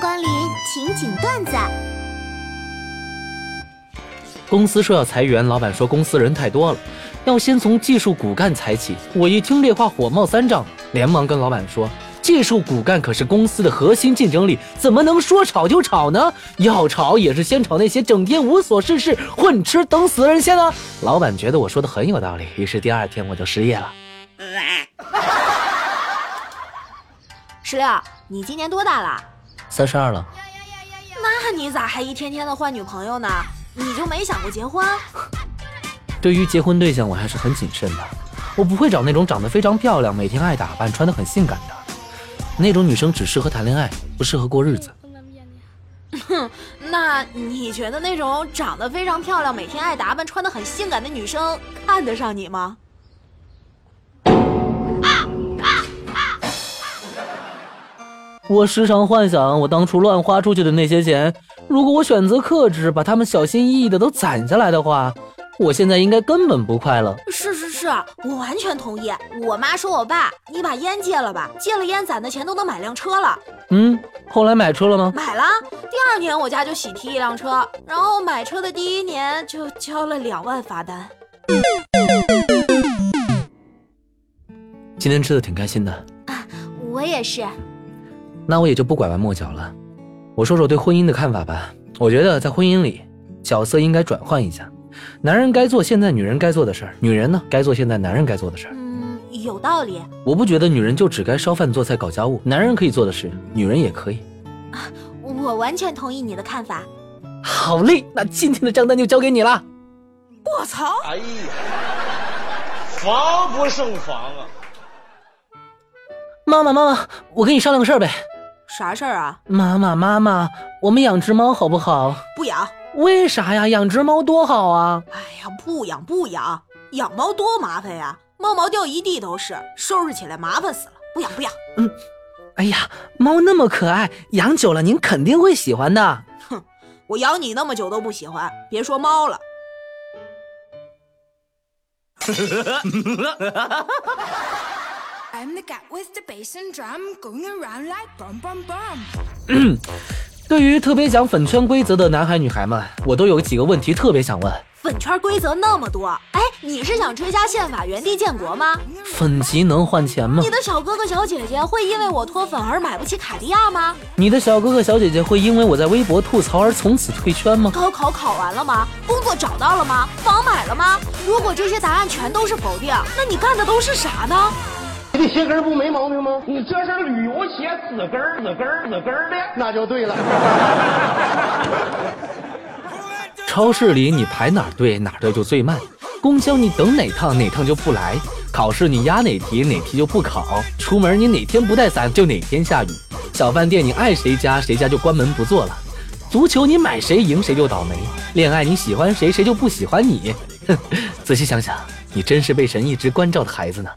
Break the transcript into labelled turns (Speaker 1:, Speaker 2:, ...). Speaker 1: 光临情景段子。
Speaker 2: 公司说要裁员，老板说公司人太多了，要先从技术骨干裁起。我一听这话火冒三丈，连忙跟老板说：“技术骨干可是公司的核心竞争力，怎么能说炒就炒呢？要炒也是先炒那些整天无所事事、混吃等死的人先啊！”老板觉得我说的很有道理，于是第二天我就失业了。
Speaker 1: 石榴，你今年多大了？
Speaker 2: 三十二了，
Speaker 1: 那你咋还一天天的换女朋友呢？你就没想过结婚？
Speaker 2: 对于结婚对象，我还是很谨慎的。我不会找那种长得非常漂亮、每天爱打扮、穿得很性感的那种女生，只适合谈恋爱，不适合过日子。
Speaker 1: 那你觉得那种长得非常漂亮、每天爱打扮、穿得很性感的女生看得上你吗？
Speaker 2: 我时常幻想，我当初乱花出去的那些钱，如果我选择克制，把它们小心翼翼的都攒下来的话，我现在应该根本不快乐。
Speaker 1: 是是是，我完全同意。我妈说我爸，你把烟戒了吧，戒了烟攒的钱都能买辆车了。
Speaker 2: 嗯，后来买车了吗？
Speaker 1: 买了，第二年我家就喜提一辆车，然后买车的第一年就交了两万罚单。
Speaker 2: 今天吃的挺开心的，
Speaker 1: 我也是，
Speaker 2: 那我也就不拐弯抹角了。我说说对婚姻的看法吧。我觉得在婚姻里，角色应该转换一下，男人该做现在女人该做的事儿，女人呢该做现在男人该做的事儿。
Speaker 1: 嗯，有道理。
Speaker 2: 我不觉得女人就只该烧饭做菜搞家务，男人可以做的事，女人也可以。
Speaker 1: 我完全同意你的看法。
Speaker 2: 好嘞，那今天的账单就交给你了。
Speaker 1: 我操！
Speaker 3: 哎呀，防不胜防啊！
Speaker 2: 妈妈，妈妈，我跟你商量个事儿呗。
Speaker 1: 啥事儿啊？
Speaker 2: 妈妈，妈妈，我们养只猫好不好？
Speaker 1: 不养。
Speaker 2: 为啥呀？养只猫多好啊！
Speaker 1: 哎呀，不养不养，养猫多麻烦呀，猫毛掉一地都是，收拾起来麻烦死了。不养不养，
Speaker 2: 哎呀，猫那么可爱，养久了您肯定会喜欢的。
Speaker 1: 我养你那么久都不喜欢，别说猫了。
Speaker 4: I'm the cat with the bass and drum going around like bum bum bum.
Speaker 2: 对于特别想粉圈规则的男孩女孩们，我都有几个问题特别想问：
Speaker 1: 粉圈规则那么多，哎，你是想追加宪法原地建国吗？
Speaker 2: 粉级能换钱吗
Speaker 1: 你？的小哥哥小姐姐会因为我脱粉而买不起卡地亚吗？
Speaker 2: 你的小哥哥小姐姐会因为我在微博吐槽而从此退圈吗？
Speaker 1: 高考考完了吗？工作找到了吗？房买了吗？如果这些答案全都是否定，那你干的都是啥呢？
Speaker 5: 你这鞋跟儿不没毛病吗？
Speaker 3: 你这是旅游鞋紫根儿、紫根儿、紫根儿的。
Speaker 5: 那就对了。
Speaker 2: 超市里你排哪儿队哪儿队就最慢，公交你等哪趟哪趟就不来，考试你压哪题哪题就不考，出门你哪天不带伞就哪天下雨，小饭店你爱谁家谁家就关门不做了，足球你买谁赢谁就倒霉，恋爱你 喜欢谁谁就不喜欢你。哼，仔细想想，你真是被神一直关照的孩子呢。